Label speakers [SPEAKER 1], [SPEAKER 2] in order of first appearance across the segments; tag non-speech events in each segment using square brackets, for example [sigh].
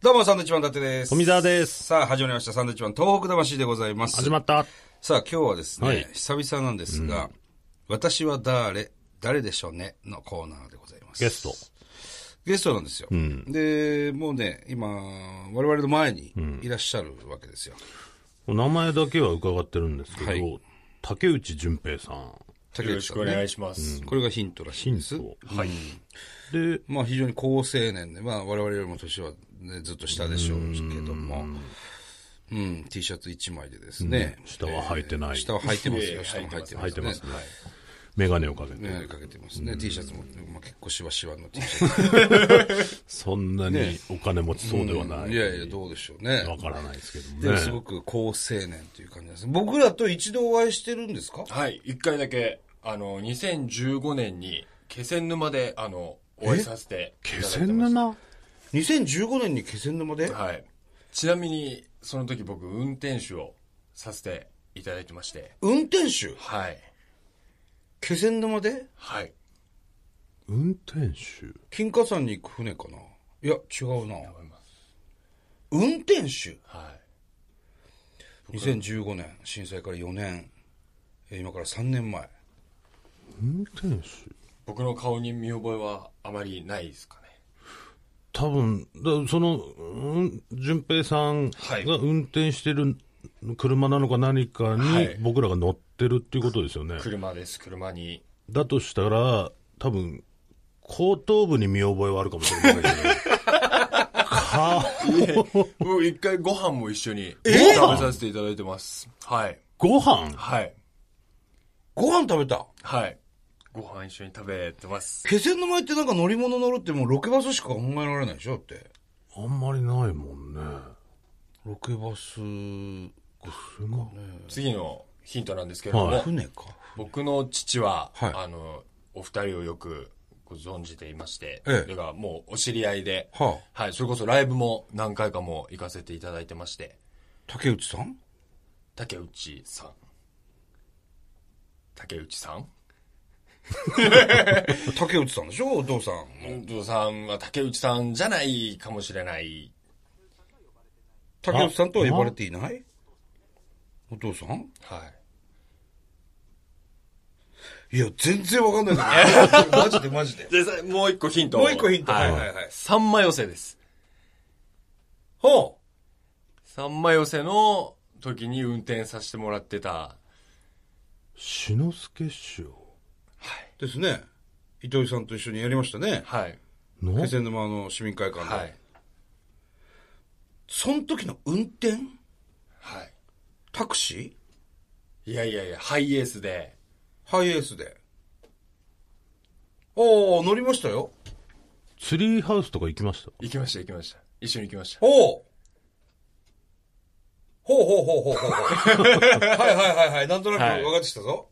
[SPEAKER 1] どうも、サンドウィッチマン伊達です。
[SPEAKER 2] 富澤です
[SPEAKER 1] さあ、始まりました。サンドウィッチマン東北魂でございます。
[SPEAKER 2] 始まった。
[SPEAKER 1] さあ、今日はですね、
[SPEAKER 2] はい
[SPEAKER 1] 久々なんですが、私は誰、誰でしょうねのコーナーでございます。
[SPEAKER 2] ゲスト。
[SPEAKER 1] ゲストなんですよ。で、もうね、今、我々の前にいらっしゃるわけですよ。
[SPEAKER 2] お名前だけは伺ってるんですけど、
[SPEAKER 1] はい
[SPEAKER 2] 竹内淳平さん。
[SPEAKER 1] 竹
[SPEAKER 3] よろ
[SPEAKER 1] 内
[SPEAKER 3] し
[SPEAKER 1] さ
[SPEAKER 3] く
[SPEAKER 1] ん
[SPEAKER 3] お
[SPEAKER 1] ね
[SPEAKER 3] 願いします。
[SPEAKER 1] これがヒントらしい
[SPEAKER 2] ヒン
[SPEAKER 1] です。
[SPEAKER 2] ト。
[SPEAKER 3] はい。
[SPEAKER 2] で、
[SPEAKER 1] まあ非常に高青年で、まあ我々よりも年は、ね、ずっと下でしょうけども、うん、T シャツ1枚でですね、
[SPEAKER 2] 下は履いてない。
[SPEAKER 1] 下は履いてますよ、
[SPEAKER 3] ええ
[SPEAKER 1] 下も履いてます
[SPEAKER 2] 履いて
[SPEAKER 1] ね
[SPEAKER 2] ますね。メガネをかけて。
[SPEAKER 1] メガネかけてますね。T シャツも、まあ、結構しわしわの T シャツ。
[SPEAKER 2] そんなにお金持ちそうではない。
[SPEAKER 1] いやいや、どうでしょうね。
[SPEAKER 2] わからないですけど
[SPEAKER 1] でも
[SPEAKER 2] もね。
[SPEAKER 1] すごく好青年という感じです。僕らと一度お会いしてるんですか
[SPEAKER 3] はい。一回だけ、あの、2015年に、気仙沼で、あの、お会いさせていただ
[SPEAKER 2] 気
[SPEAKER 3] いてます。
[SPEAKER 2] 仙沼
[SPEAKER 1] ?2015 年に気仙沼で
[SPEAKER 3] はい。ちなみに、その時僕、運転手をさせていただいてまして。
[SPEAKER 1] 運転手
[SPEAKER 3] はい。
[SPEAKER 1] 気仙沼で
[SPEAKER 3] はい。
[SPEAKER 2] 運転手
[SPEAKER 1] 金華山に行く船かないや、違うな。
[SPEAKER 3] 思います。
[SPEAKER 1] 運転手
[SPEAKER 3] はい。
[SPEAKER 1] 2015年、震災から4年、えー今から3年前。
[SPEAKER 2] 運転手
[SPEAKER 3] 僕の顔に見覚えはあまりないですかね。
[SPEAKER 2] 多分、だその、うん淳平さん
[SPEAKER 3] はい
[SPEAKER 2] が運転してる車なのか何か
[SPEAKER 3] は
[SPEAKER 2] に
[SPEAKER 3] い
[SPEAKER 2] 僕らが乗ってるっていうことですよね。
[SPEAKER 3] 車です、車に。
[SPEAKER 2] だとしたら、多分、後頭部に見覚えはあるかもしれないけど。
[SPEAKER 3] もう一回ご飯も一緒に食べさせていただいてます。はい。
[SPEAKER 2] [laughs] ご飯
[SPEAKER 3] はい。
[SPEAKER 1] ご飯食べた
[SPEAKER 3] はい。ご飯一緒に食べてます。
[SPEAKER 1] 気仙沼行ってなんか乗り物乗るってもうロケバスしか考えられないでしょだって。
[SPEAKER 2] あんまりないもんね。
[SPEAKER 1] ロケバス、
[SPEAKER 2] すごい。
[SPEAKER 3] 次のヒントなんですけれども、
[SPEAKER 2] はい
[SPEAKER 1] 船か。
[SPEAKER 3] 僕の父は、
[SPEAKER 1] はい
[SPEAKER 3] あの、お二人をよくご存知でいまして、
[SPEAKER 1] ええ
[SPEAKER 3] それがもうお知り合いで、
[SPEAKER 1] はあ
[SPEAKER 3] はい、それこそライブも何回かもう行かせていただいてまして、
[SPEAKER 1] 竹内さん
[SPEAKER 3] 竹内さん。竹内さん
[SPEAKER 1] 竹内さんでしょお父さんも。
[SPEAKER 3] 運動さんは竹内さんじゃないかもしれない。
[SPEAKER 1] 竹内さんとは呼ばれていないお父さん
[SPEAKER 3] はい。
[SPEAKER 1] いや、全然わかん [laughs] ないけど。マジでマジで。
[SPEAKER 3] で、さもう一個ヒントを
[SPEAKER 1] もう一個ヒント。
[SPEAKER 3] は
[SPEAKER 1] はいい
[SPEAKER 3] は。
[SPEAKER 1] はいいはい。
[SPEAKER 3] 三枚寄せです。
[SPEAKER 1] ほ
[SPEAKER 3] 三枚寄せの時に運転させてもらってた、
[SPEAKER 2] 志の輔師匠
[SPEAKER 1] うですね。糸井さんと一緒にやりましたね。
[SPEAKER 3] はい。
[SPEAKER 2] の
[SPEAKER 1] 気仙沼の市民会館で。
[SPEAKER 3] はい。
[SPEAKER 1] その時の運転
[SPEAKER 3] はい。
[SPEAKER 1] タクシ
[SPEAKER 3] いやいやいや、ハイエースで。
[SPEAKER 1] ーハイエースで。おー、乗りましたよ。
[SPEAKER 2] ツリーハウスとか行きました
[SPEAKER 3] 行きました、行きました。一緒に行きました。
[SPEAKER 1] ほう。ほうほうほうほうほうほう。はいはいはいはい。なんとなく分かってきたぞ。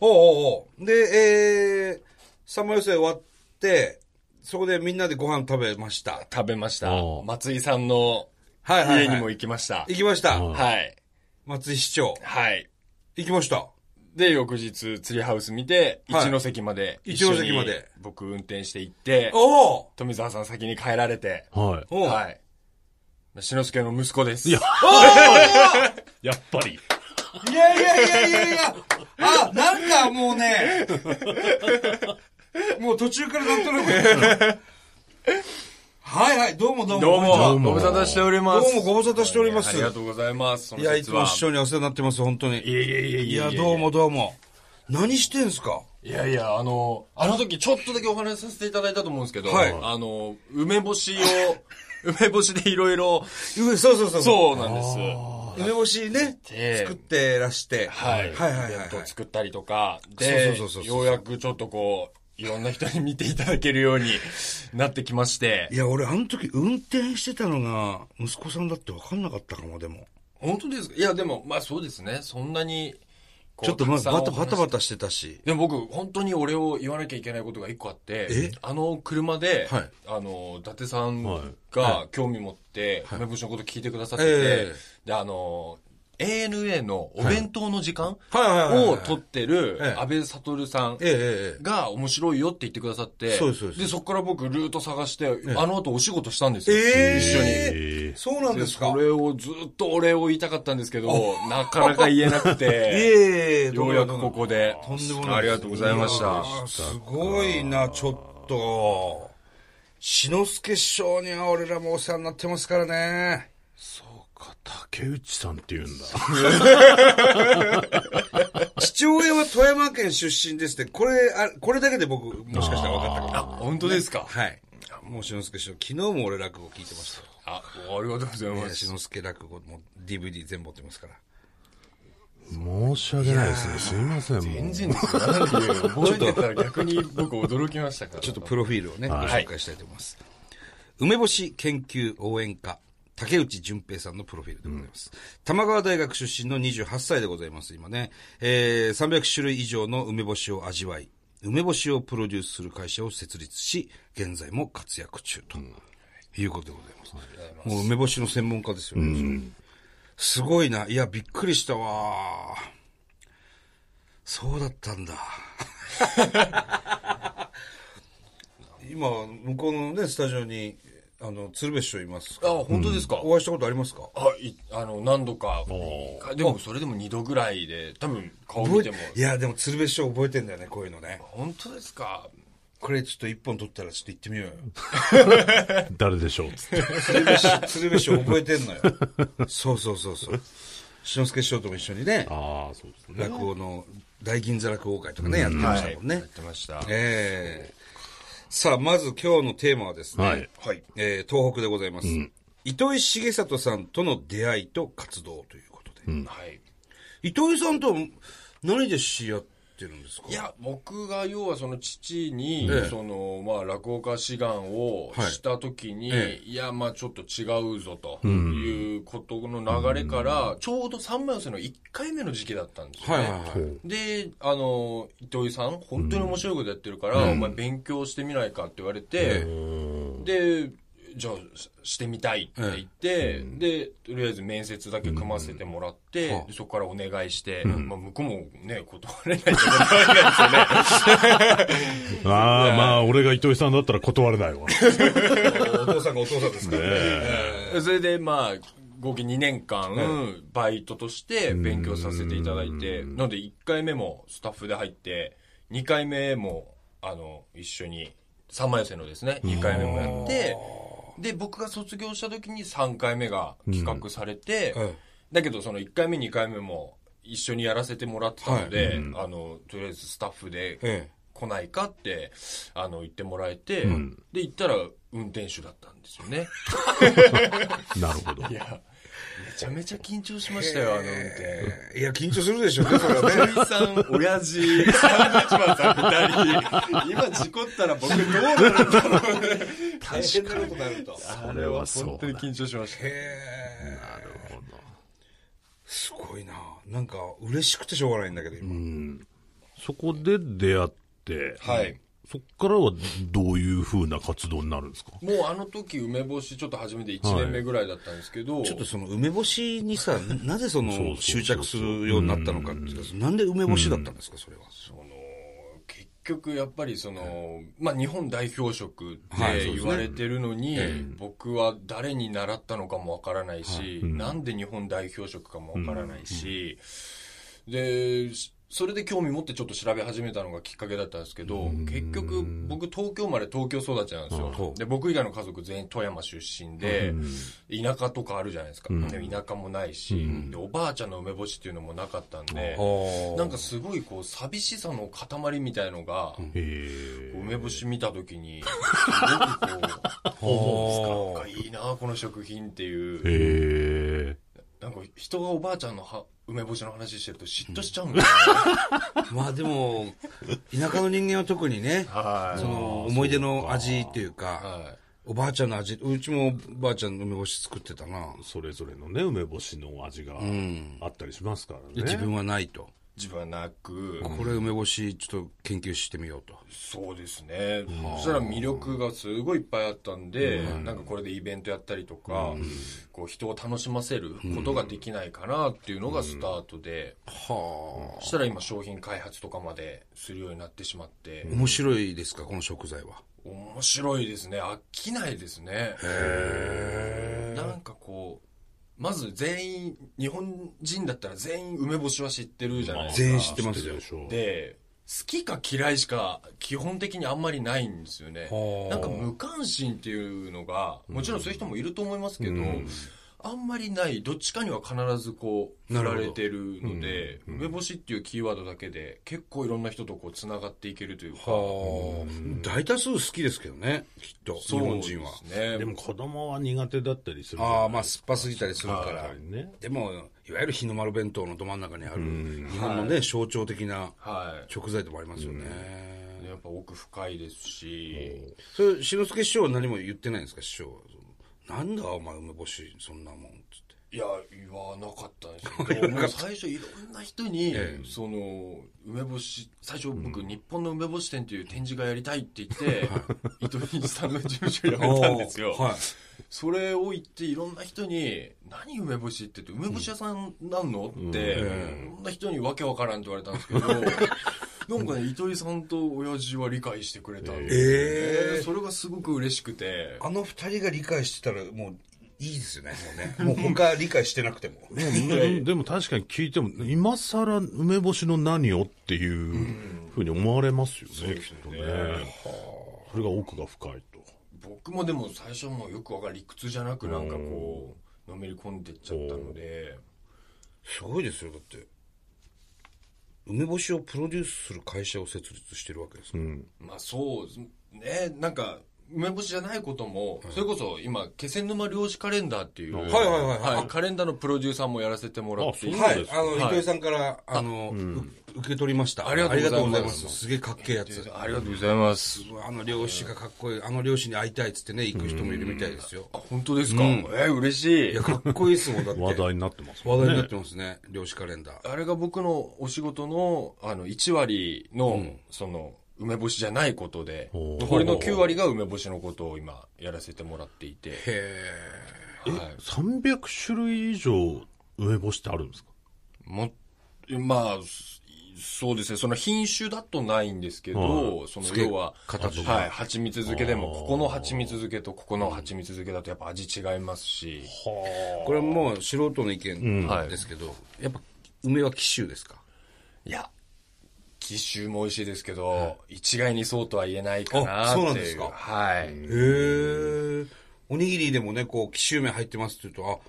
[SPEAKER 1] ほうほうほう。で、えー、三枚寄せ終わって、そこでみんなでご飯食べました。
[SPEAKER 3] 食べました
[SPEAKER 2] おう。
[SPEAKER 3] 松井さんの
[SPEAKER 1] はいはい、はい。
[SPEAKER 3] 家にも行きました。
[SPEAKER 1] 行きました。
[SPEAKER 2] うん
[SPEAKER 3] はい。
[SPEAKER 1] 松井市長。
[SPEAKER 3] はい。
[SPEAKER 1] 行きました。
[SPEAKER 3] で、翌日、ツリーハウス見て、
[SPEAKER 1] はい
[SPEAKER 3] 一ノ関まで。
[SPEAKER 1] 一ノ関まで。
[SPEAKER 3] 僕運転して行って、
[SPEAKER 1] おお
[SPEAKER 3] 富澤さん先に帰られて。
[SPEAKER 2] は
[SPEAKER 1] おう
[SPEAKER 3] はい。篠のの息子です。
[SPEAKER 2] いや
[SPEAKER 1] おー
[SPEAKER 2] い。やっぱり。
[SPEAKER 1] いやいやいやいやいや、あ、なんかもうね、もう途中からなんとなく。はいはい、どうもどうも。
[SPEAKER 3] どう
[SPEAKER 2] どう
[SPEAKER 3] も、
[SPEAKER 2] も
[SPEAKER 3] ご無沙汰しております。
[SPEAKER 1] どうもご無沙汰しております
[SPEAKER 3] ありがとうございます。その
[SPEAKER 1] いや、いつ
[SPEAKER 3] 節は
[SPEAKER 1] も師匠にお世話になってます、本当に。
[SPEAKER 3] いやいやいやいや
[SPEAKER 1] いや、どうもどうも。何してんすか
[SPEAKER 3] いやいや、あの、あの時ちょっとだけお話しさせていただいたと思うんですけど、
[SPEAKER 1] はい
[SPEAKER 3] あの、梅干しを、 [laughs] 梅干しでいろいろ、
[SPEAKER 1] そうそうそう。
[SPEAKER 3] そうなんです。
[SPEAKER 1] う。梅干しね、
[SPEAKER 3] で
[SPEAKER 1] 作ってらして。
[SPEAKER 3] はい。
[SPEAKER 1] はいはいはい
[SPEAKER 3] イベン
[SPEAKER 1] は
[SPEAKER 3] ト
[SPEAKER 1] い。
[SPEAKER 3] 作ったりとか、で、
[SPEAKER 1] そうそうそうそうそう
[SPEAKER 3] ようやくちょっとこう、いろんな人に見ていただけるようになってきまして
[SPEAKER 1] い。や、俺、あの時、運転してたのが、息子さんだって分かんなかったかも、でも。
[SPEAKER 3] 本当ですかいや、でも、まあそうですね、そんなに、こう
[SPEAKER 1] ちょっと、まあ、
[SPEAKER 3] たくさんお
[SPEAKER 1] バ
[SPEAKER 3] 話
[SPEAKER 1] タ
[SPEAKER 3] し
[SPEAKER 1] バタバタしてたし。
[SPEAKER 3] でも僕、本当に俺を言わなきゃいけないことが一個あって、
[SPEAKER 1] え
[SPEAKER 3] あの車で、
[SPEAKER 1] はい
[SPEAKER 3] あの、伊達さん
[SPEAKER 2] はい
[SPEAKER 3] が興味持って、梅干しのこと聞いてくださってて、
[SPEAKER 1] え
[SPEAKER 3] で、あの、ANA のお弁当の時間
[SPEAKER 1] はいはいはいはいはい
[SPEAKER 3] を取ってる
[SPEAKER 1] ええ
[SPEAKER 3] 安倍悟さん
[SPEAKER 1] ええええええ。
[SPEAKER 3] が面白いよって言ってくださって、
[SPEAKER 1] そうですそうです
[SPEAKER 3] そこから僕ルート探して、あの後お仕事したんですよ。
[SPEAKER 1] ええ
[SPEAKER 3] 一緒に。
[SPEAKER 2] ええ
[SPEAKER 1] そうなんですか
[SPEAKER 3] それをずっとお礼を言いたかったんですけど、なかなか言え
[SPEAKER 1] [laughs]
[SPEAKER 3] なくて、
[SPEAKER 1] ええ
[SPEAKER 3] ようやくここで
[SPEAKER 1] とんでもないです
[SPEAKER 3] ありがとうございました
[SPEAKER 1] やーすごいな、ちょっと。志の輔師匠には俺らもお世話になってますからね。
[SPEAKER 2] そうか、竹内さんって言うんだ。
[SPEAKER 1] 父親は富山県出身ですって、これ、あこれだけで僕、もしかしたら分かったか
[SPEAKER 3] あ、
[SPEAKER 1] も。
[SPEAKER 3] 本当ですか。
[SPEAKER 1] はい。もう志の輔師匠、昨日も俺落語聞いてまし
[SPEAKER 3] あ、ありがとうござい
[SPEAKER 1] た。い
[SPEAKER 3] ま
[SPEAKER 1] や
[SPEAKER 3] す
[SPEAKER 1] 志。の輔落語も DVD 全部持ってますから。
[SPEAKER 2] 申し訳ないですね。すいません、も
[SPEAKER 3] 全
[SPEAKER 2] う。
[SPEAKER 3] 然ですよ。なんていう [laughs] 覚えてたら逆に僕驚きましたから。
[SPEAKER 1] ちょっとプロフィールをね、ご紹介したいと思います。梅干し研究応援家、竹内淳平さんのプロフィールでございます。玉川大学出身の28歳でございます、今ね。えー、300種類以上の梅干しを味わい、梅干しをプロデュースする会社を設立し、現在も活躍中と。いうことでございます。もう梅干しの専門家ですよね。すごいな。いや、びっくりしたわ。そうだったんだ。 [laughs] 今、向こうのね、スタジオに、あの、鶴瓶師匠いますけ
[SPEAKER 3] あ、
[SPEAKER 1] ど
[SPEAKER 3] 本当ですか。
[SPEAKER 1] お会いしたことありますか
[SPEAKER 3] あ、い、あの、何度か。でもそれでも2度ぐらいで、多分顔見ても。
[SPEAKER 1] いや、でも鶴瓶師匠覚えてんだよね、こういうのね。
[SPEAKER 3] 本当ですか。
[SPEAKER 1] これちょっと一本取ったらちょっと行ってみ [laughs] ようよ。
[SPEAKER 2] 誰でしょうつって。
[SPEAKER 1] 鶴瓶師匠、鶴瓶師匠覚えてんのよ。そうそうそうそう。志の輔師匠とも一緒にね、
[SPEAKER 2] [laughs] ああ、そうですね。
[SPEAKER 1] 落語の大銀座落語会とかね、やってましたもんね。
[SPEAKER 3] やってました。
[SPEAKER 1] ええさあ、まず今日のテーマはですね、
[SPEAKER 2] はい
[SPEAKER 3] はい。
[SPEAKER 1] えー東北でございます。糸井重里さんとの出会いと活動ということで。
[SPEAKER 3] はい。
[SPEAKER 1] 糸井さんと何で知り合ってるんですか
[SPEAKER 3] いや、僕が要はその父に、
[SPEAKER 1] ええ
[SPEAKER 3] その、まあ、落語家志願を
[SPEAKER 1] はい
[SPEAKER 3] したときに、
[SPEAKER 1] え
[SPEAKER 3] い、や、まあ、ちょっと違うぞということの流れから、ちょうど三枚寄せの1回目の時期だったんですよね。
[SPEAKER 1] はいはいはい。
[SPEAKER 3] で、あの、糸井さん、本当に面白いことやってるから、お前勉強してみないかって言われて、で、じゃあ、ししてみたいって言って、で、とりあえず面接だけ組ませてもらって、
[SPEAKER 1] はあ
[SPEAKER 3] でそこからお願いして、まあ、向こうもね、断れないと断れないですよね。
[SPEAKER 2] ああ、まあ、俺が糸井さんだったら断れない [laughs] わ。
[SPEAKER 1] お父さんがお父さんですからね。え
[SPEAKER 3] それでまあ合計2年間、バイトとして勉強させていただいてなので1回目もスタッフで入って2回目もあの一緒に三枚寄せのですね2回目もやってで僕が卒業した時に3回目が企画されて、
[SPEAKER 1] うんはい
[SPEAKER 3] だけどその1回目2回目も一緒にやらせてもらってたので、あのとりあえずスタッフで
[SPEAKER 1] え
[SPEAKER 3] 来ないかって、あの、言ってもらえて、で、行ったら運転手だったんですよね。
[SPEAKER 2] なるほど。
[SPEAKER 3] いや、めちゃめちゃ緊張しましたよ、あの運転。
[SPEAKER 1] えいや、緊張するでしょうね、それはね。
[SPEAKER 3] 鳥さん、親父、サンドウィッチマンさん二人、 [laughs] 今事故ったら僕どうなるんだろう
[SPEAKER 1] 大変なことになると。
[SPEAKER 3] あ
[SPEAKER 2] れはそうだ
[SPEAKER 3] 本当に緊張しました。
[SPEAKER 1] へなるほど。すごいな。なんか、嬉しくてしょうがないんだけど、今。
[SPEAKER 2] そこで出会って、
[SPEAKER 3] はい。
[SPEAKER 2] そっからはどういう風な活動になるんですか
[SPEAKER 3] もうあの時、梅干しちょっと初めて1年目ぐらいだったんですけど、
[SPEAKER 1] ちょっとその梅干しにさ、ななぜそ
[SPEAKER 2] そうそう
[SPEAKER 1] の
[SPEAKER 2] そう
[SPEAKER 1] 執着するようになったのかっていうか、なんで梅干しだったんですか、それは。
[SPEAKER 3] その結局やっぱりその、まあ、日本代表色っ
[SPEAKER 1] はいそう
[SPEAKER 3] て
[SPEAKER 1] ですね
[SPEAKER 3] 言われてるのに、僕は誰に習ったのかもわからないし、なんで日本代表色かもわからないし、でしそれで興味持ってちょっと調べ始めたのがきっかけだったんですけど、結局僕東京生まれ東京育ちなんですよ、
[SPEAKER 1] ほう
[SPEAKER 3] で僕以外の家族全員富山出身で、田舎とかあるじゃないですか、でも田舎もないし、でおばあちゃんの梅干しっていうのもなかったんで、なんかすごいこう寂しさの塊みたいのが、
[SPEAKER 2] へ
[SPEAKER 3] 梅干し見た時 [laughs] に、すごくこう、なんかいいなこの食品って
[SPEAKER 2] え。
[SPEAKER 3] いう、
[SPEAKER 2] へえ。
[SPEAKER 3] なんか人がおばあちゃんのは梅干しの話してると嫉妬しちゃうんだよ
[SPEAKER 1] まあでも、田舎の人間は特にね、その思い出の味っていう
[SPEAKER 3] ね。
[SPEAKER 1] か、
[SPEAKER 3] は
[SPEAKER 1] おばあちゃんの味、うちもおばあちゃんの梅干し作ってたな。
[SPEAKER 2] それぞれのね、梅干しの味があったりしますからね。
[SPEAKER 1] で自分はないと。
[SPEAKER 3] い。自分はなく、
[SPEAKER 1] これ梅干しちょっと研究してみようと。
[SPEAKER 3] そうですね。そしたら魅力がすごいいっぱいあったんで、なんかこれでイベントやったりとか、こう人を楽しませることができないかなっていうのがスタートで、
[SPEAKER 1] は
[SPEAKER 3] そしたら今商品開発とかまでするようになってしまって、
[SPEAKER 1] あ。面白いですか、この食材は。
[SPEAKER 3] 面白いですね。飽きないですね。なんかこまず全員、日本人だったら全員梅干しは知ってるじゃないですか。
[SPEAKER 1] 全員知ってますよ
[SPEAKER 2] でしょ
[SPEAKER 3] で、好きか嫌いしか基本的にあんまりないんですよね
[SPEAKER 1] は。あ
[SPEAKER 3] なんか無関心っていうのが、もちろんそういう人もいると思いますけど、あんまりない、どっちかには必ずこう、
[SPEAKER 1] な
[SPEAKER 3] 振
[SPEAKER 1] るほ
[SPEAKER 3] ら
[SPEAKER 1] ど
[SPEAKER 3] れてるので、梅干しっていうキーワードだけで、結構いろんな人とこう、繋がっていけるというか、
[SPEAKER 1] はあ。大多数好きですけどね、きっと、日
[SPEAKER 3] そう
[SPEAKER 1] 本
[SPEAKER 3] です
[SPEAKER 1] 人は。
[SPEAKER 3] ね。
[SPEAKER 2] でも子供は苦手だったりするじゃない
[SPEAKER 1] ああ、まあ、酸っぱすぎたりするから
[SPEAKER 2] はい。ね
[SPEAKER 1] でも、いわゆる日の丸弁当のど真ん中にある、日本のね、象徴的な
[SPEAKER 3] はい。
[SPEAKER 1] 食材でもありますよね。
[SPEAKER 3] やっぱ奥深いですし、
[SPEAKER 1] それ、志の輔師匠は何も言ってないんですか、師匠は。そのなんだ、お前、梅干し、そんなもん、つって。
[SPEAKER 3] いや、言わなかったん [laughs] ですけど、もう最初いろんな人に、その、梅干し、最初僕、日本の梅干し店という展示がやりたいって言って、 [laughs] 伊藤一さんの事務所辞めたんですよ。
[SPEAKER 1] おーはい。
[SPEAKER 3] それを言っていろんな人に、何梅干しってって、梅干し屋さんなんの、って、いろんな人にわけわからんって言われたんです [laughs] けど、なんかね、糸井さんと親父は理解してくれたんですよね
[SPEAKER 1] えー
[SPEAKER 3] それがすごく嬉しくて。
[SPEAKER 1] あの二人が理解してたら、もう、いいですよね、もうね。もう他理解してなく [laughs] ても。
[SPEAKER 2] うんでも確かに聞いても、今更梅干しの何をっていうふうに思われますよね、きっとね。それが奥が深いと。
[SPEAKER 3] 僕もでも最初もうよくわかる理屈じゃなくなんかこうのめり込んでっちゃったので、
[SPEAKER 1] すごいですよ、だって。梅干しをプロデュースする会社を設立してるわけですから、
[SPEAKER 3] まあそうですねなんか梅干しじゃないことも、それこそ今気仙沼漁師カレンダーっていう、はい
[SPEAKER 1] はいはいはい
[SPEAKER 3] カレンダーのプロデューサーもやらせてもらっていて
[SPEAKER 2] あそう
[SPEAKER 1] は
[SPEAKER 2] なん
[SPEAKER 1] い
[SPEAKER 2] で。
[SPEAKER 1] あの、糸井さ
[SPEAKER 2] すね
[SPEAKER 3] はい
[SPEAKER 1] んから、あの、う受け取りました。
[SPEAKER 3] ありがとうございます
[SPEAKER 1] す。すげえかっけえやつ。
[SPEAKER 3] ありがとうございます
[SPEAKER 1] うわあの漁師がかっこいい。あの漁師に会いたいっつってね、行く人もいるみたいですよ。
[SPEAKER 3] あ本当ですか、え嬉し
[SPEAKER 1] い
[SPEAKER 3] い
[SPEAKER 1] や、かっこいいっすもん、だって。
[SPEAKER 2] 話題になってます
[SPEAKER 1] 話
[SPEAKER 2] もんね
[SPEAKER 1] 題になってますね。漁師カレンダー。
[SPEAKER 3] あれが僕のお仕事のあの1割の、その梅干しじゃないことで
[SPEAKER 2] ほう
[SPEAKER 3] 残りの9割が梅干しのことを今やらせてもらっていて
[SPEAKER 1] へ
[SPEAKER 3] はい
[SPEAKER 2] 300種類以上梅干しってあるんですか
[SPEAKER 3] も、まあ、そそうですね。その品種だとないんですけど、その
[SPEAKER 1] 漬け
[SPEAKER 3] 要は、
[SPEAKER 1] 方とか
[SPEAKER 3] はい、蜂蜜漬けでも、ここの蜂蜜漬けとここの蜂蜜漬けだとやっぱ味違いますし、
[SPEAKER 1] え。これはもう素人の意見
[SPEAKER 3] はい
[SPEAKER 1] ですけど、やっぱ、梅は奇襲ですか
[SPEAKER 3] いや、奇襲も美味しいですけど、一概にそうとは言えないかなって
[SPEAKER 1] あそ
[SPEAKER 3] いう。
[SPEAKER 1] うなんですか
[SPEAKER 3] は
[SPEAKER 1] へ
[SPEAKER 3] い。
[SPEAKER 1] え。おにぎりでもね、こう、奇襲麺入ってますって言うと、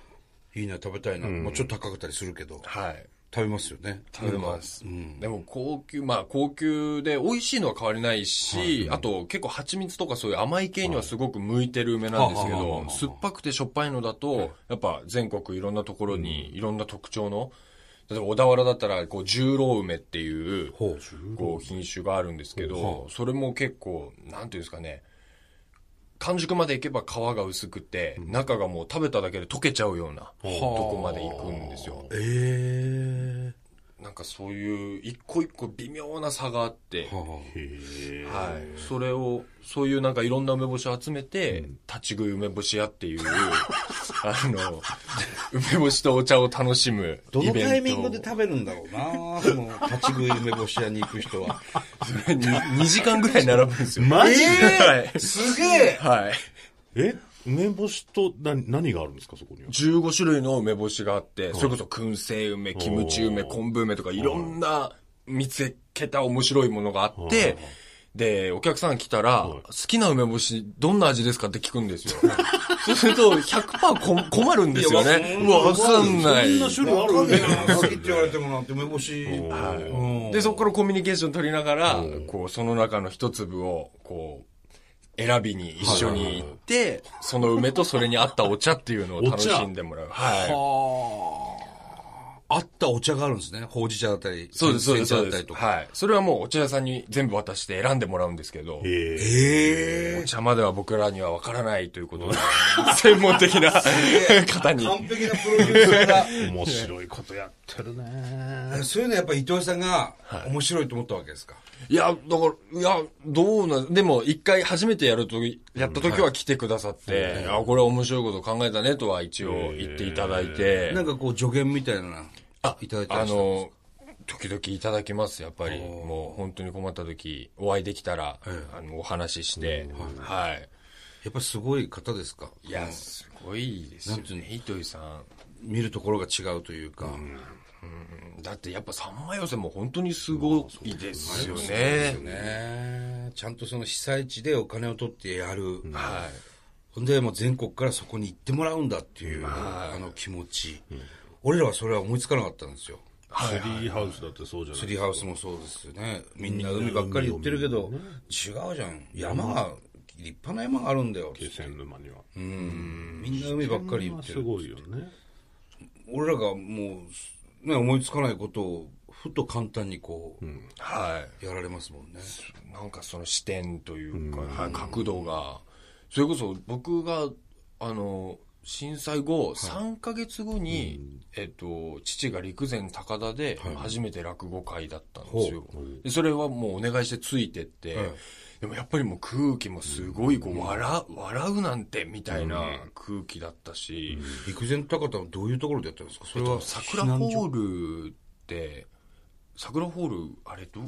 [SPEAKER 1] あ、いいな、食べたいな。まあちょっと高かったりするけど、
[SPEAKER 3] はい。
[SPEAKER 1] 食べますよね。
[SPEAKER 3] 食べます。でも高級、まあ高級で美味しいのは変わりないし、あと結構蜂蜜とかそういう甘い系にはすごく向いてる梅なんですけ
[SPEAKER 1] はい
[SPEAKER 3] ど、酸っぱくてしょっぱいのだと、やっぱ全国いろんなところにいろんな特徴の、例えば小田原だったら、こう、十郎梅っていう、
[SPEAKER 1] ほう。
[SPEAKER 3] こう、品種があるんですけど、それも結構、なんていうんですかね、完熟までいけば皮が薄くて、中がもう食べただけで溶けちゃうような、とこまで行くんですよ。
[SPEAKER 1] ええ。
[SPEAKER 3] なんかそういう一個一個微妙な差があって、は
[SPEAKER 1] はあ
[SPEAKER 3] い、それをそういうなんかいろんな梅干しを集めて、立ち食い梅干し屋っていう [laughs] あの梅干しとお茶を楽しむイ
[SPEAKER 1] ど
[SPEAKER 3] ベン
[SPEAKER 1] の
[SPEAKER 3] ト
[SPEAKER 1] タイミングで食べるんだろう
[SPEAKER 3] [laughs]
[SPEAKER 1] な、その立ち食い梅干し屋に行く人は。
[SPEAKER 3] それに2時間ぐらい並ぶんですよ
[SPEAKER 2] マジ
[SPEAKER 3] はい、
[SPEAKER 1] すげえ
[SPEAKER 3] はい、
[SPEAKER 2] え梅干しと何何があるんですかそこには。
[SPEAKER 3] 15種類の梅干しがあって、それこそ燻製梅キムチ梅昆布梅とかいろんな見つけた面白いものがあって、で、お客さん来たら、好きな梅干し、どんな味ですかって聞くんですよ。そうすると100%こ困るんですよね。うわ、わかんない。
[SPEAKER 2] 種類ある梅
[SPEAKER 1] 好きって言われてもなんて梅干し。うん
[SPEAKER 3] で、そこからコミュニケーション取りながら、こう、その中の一粒を、こう、選びに一緒に行って、その梅とそれに合ったお茶っていうのを楽しんでもらう。はい。
[SPEAKER 1] あったお茶があるんですね。ほうじ茶だったり。
[SPEAKER 3] そうです、そうです、
[SPEAKER 1] 煎茶
[SPEAKER 3] そう
[SPEAKER 1] だった
[SPEAKER 3] で
[SPEAKER 1] り
[SPEAKER 3] す。
[SPEAKER 1] とか。
[SPEAKER 3] はい。それはもうお茶屋さんに全部渡して選んでもらうんですけど、
[SPEAKER 2] え
[SPEAKER 1] え
[SPEAKER 3] お茶までは僕らにはわからないということで、 [laughs] 専門的な方
[SPEAKER 1] え
[SPEAKER 3] に。
[SPEAKER 1] 完璧なプロデュース [laughs] だ。
[SPEAKER 2] え面白いことやってるね。
[SPEAKER 1] そういうのやっぱ伊藤さんが面白いと思ったわけですか。
[SPEAKER 3] いや、だから、いや、どうなん、でも一回初めてやると、やった時は来てくださって、あ、これは面白いこと考えたねとは一応言っていただいて、
[SPEAKER 1] なんかこう助言みたいなのいただいた
[SPEAKER 3] あ
[SPEAKER 1] りしたんです
[SPEAKER 3] の、時々いただきます、やっぱり。もう本当に困った時、お会いできたら、あの、お話しして、はい。
[SPEAKER 1] やっぱりすごい方ですか
[SPEAKER 3] いや、すごいですよ
[SPEAKER 1] なんていう
[SPEAKER 3] ね。
[SPEAKER 1] の
[SPEAKER 3] ひとりさん。
[SPEAKER 1] 見るところが違うというか、
[SPEAKER 3] だってやっぱ三枚寄せも本当にすごいですよね。
[SPEAKER 1] ねちゃんとその被災地でお金を取ってやる、
[SPEAKER 3] は
[SPEAKER 1] ほんでもう全国からそこに行ってもらうんだっていう、あの気持ち、俺らはそれは思いつかなかったんですよ
[SPEAKER 2] ツリーハウスだってそうじゃない
[SPEAKER 1] ツリーハウスもそうですよねみんな海ばっかり言ってるけど違うじゃん山が立派な山があるんだよ
[SPEAKER 2] 気仙沼には。
[SPEAKER 1] うんみんな海ばっかり言って
[SPEAKER 2] す
[SPEAKER 1] る
[SPEAKER 2] ごいよね。
[SPEAKER 1] 俺らがもう、ね、思いつかないことをふと簡単にこう、
[SPEAKER 3] い。はい。
[SPEAKER 1] やられますもんね
[SPEAKER 3] なんかその視点というか、はい角度が、それこそ僕が、あの、震災後、3ヶ月後に、えっと、父が陸前高田で初めて落語会だったんですよ。でそれはもうお願いしてついてって、でもやっぱりもう空気もすごいこう、笑う、笑うなんてみたいな空気だったし、
[SPEAKER 1] 陸前高田はどういうところでやったんですかそれは
[SPEAKER 3] 桜ホールって、桜ホール、あれど、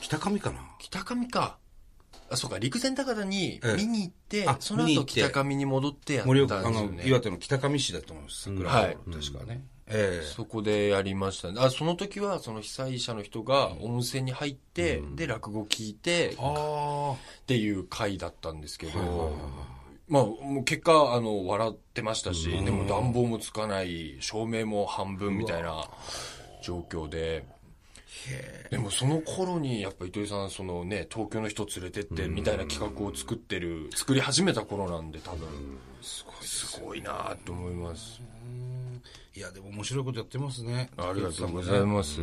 [SPEAKER 1] 北上かな
[SPEAKER 3] 北上か。あ、そうか、陸前高田に
[SPEAKER 1] ええ
[SPEAKER 3] 見に行って、
[SPEAKER 1] あ
[SPEAKER 3] その
[SPEAKER 1] 見に行
[SPEAKER 3] 後
[SPEAKER 1] って
[SPEAKER 3] 北上に戻ってやったん
[SPEAKER 1] 盛
[SPEAKER 3] です
[SPEAKER 1] 岡、あ
[SPEAKER 3] よ
[SPEAKER 1] の、
[SPEAKER 3] ね。
[SPEAKER 1] 岩手の北上市だと思います。桜ホール
[SPEAKER 3] うん
[SPEAKER 1] 確かね。ええ
[SPEAKER 3] そこでやりましたね。あ、その時は、その被災者の人が温泉に入って、で、落語聞いて、
[SPEAKER 1] あ
[SPEAKER 3] っていう回だったんですけど、まあ、もう結果、あの、笑ってましたし、でも暖房もつかない、照明も半分みたいな状況で、でもその頃に、やっぱ糸井さん、そのね、東京の人連れてって、みたいな企画を作ってる、作り始めた頃なんで、多分、すごい、すごいなと思います。
[SPEAKER 1] あ。いや、でも面白いことやってますね。
[SPEAKER 3] ありがとうございます。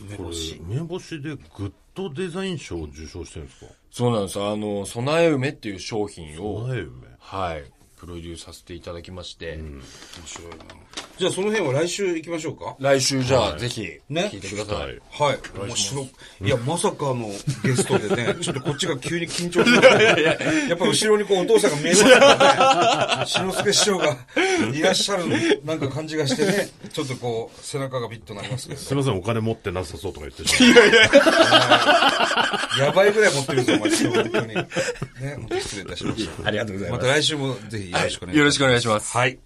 [SPEAKER 1] 梅
[SPEAKER 2] これ
[SPEAKER 1] 干し。
[SPEAKER 2] 梅干しでグッドデザイン賞を受賞してるんですか
[SPEAKER 3] そうなんです。あの、備え梅っていう商品を、
[SPEAKER 2] 前梅。
[SPEAKER 3] はい、プロデュースさせていただきまして、
[SPEAKER 1] 面白いな。じゃあその辺は来週行きましょうか。
[SPEAKER 3] 来週じゃあ、ぜひ、
[SPEAKER 1] ね
[SPEAKER 3] 聞いてください。
[SPEAKER 2] はい
[SPEAKER 1] はい。面白い。いや、まさかのゲストで [laughs] ね、ちょっとこっちが急に緊張してた。やっぱ後ろにこうお父さんが見えます [laughs] からね。篠介師匠がいらっしゃるなんか感じがしてね、ちょっとこう背中がビッとなりますけど。
[SPEAKER 2] すみません、お金持ってなさそうとか言ってしまう。
[SPEAKER 1] やばいぐらい持ってるぞ、お前。本当に。ね、本当に失礼いたしました。
[SPEAKER 3] ありがとうございます
[SPEAKER 1] また来週もぜひよろしくお願いします。
[SPEAKER 3] よろしくお願いします。
[SPEAKER 1] はい。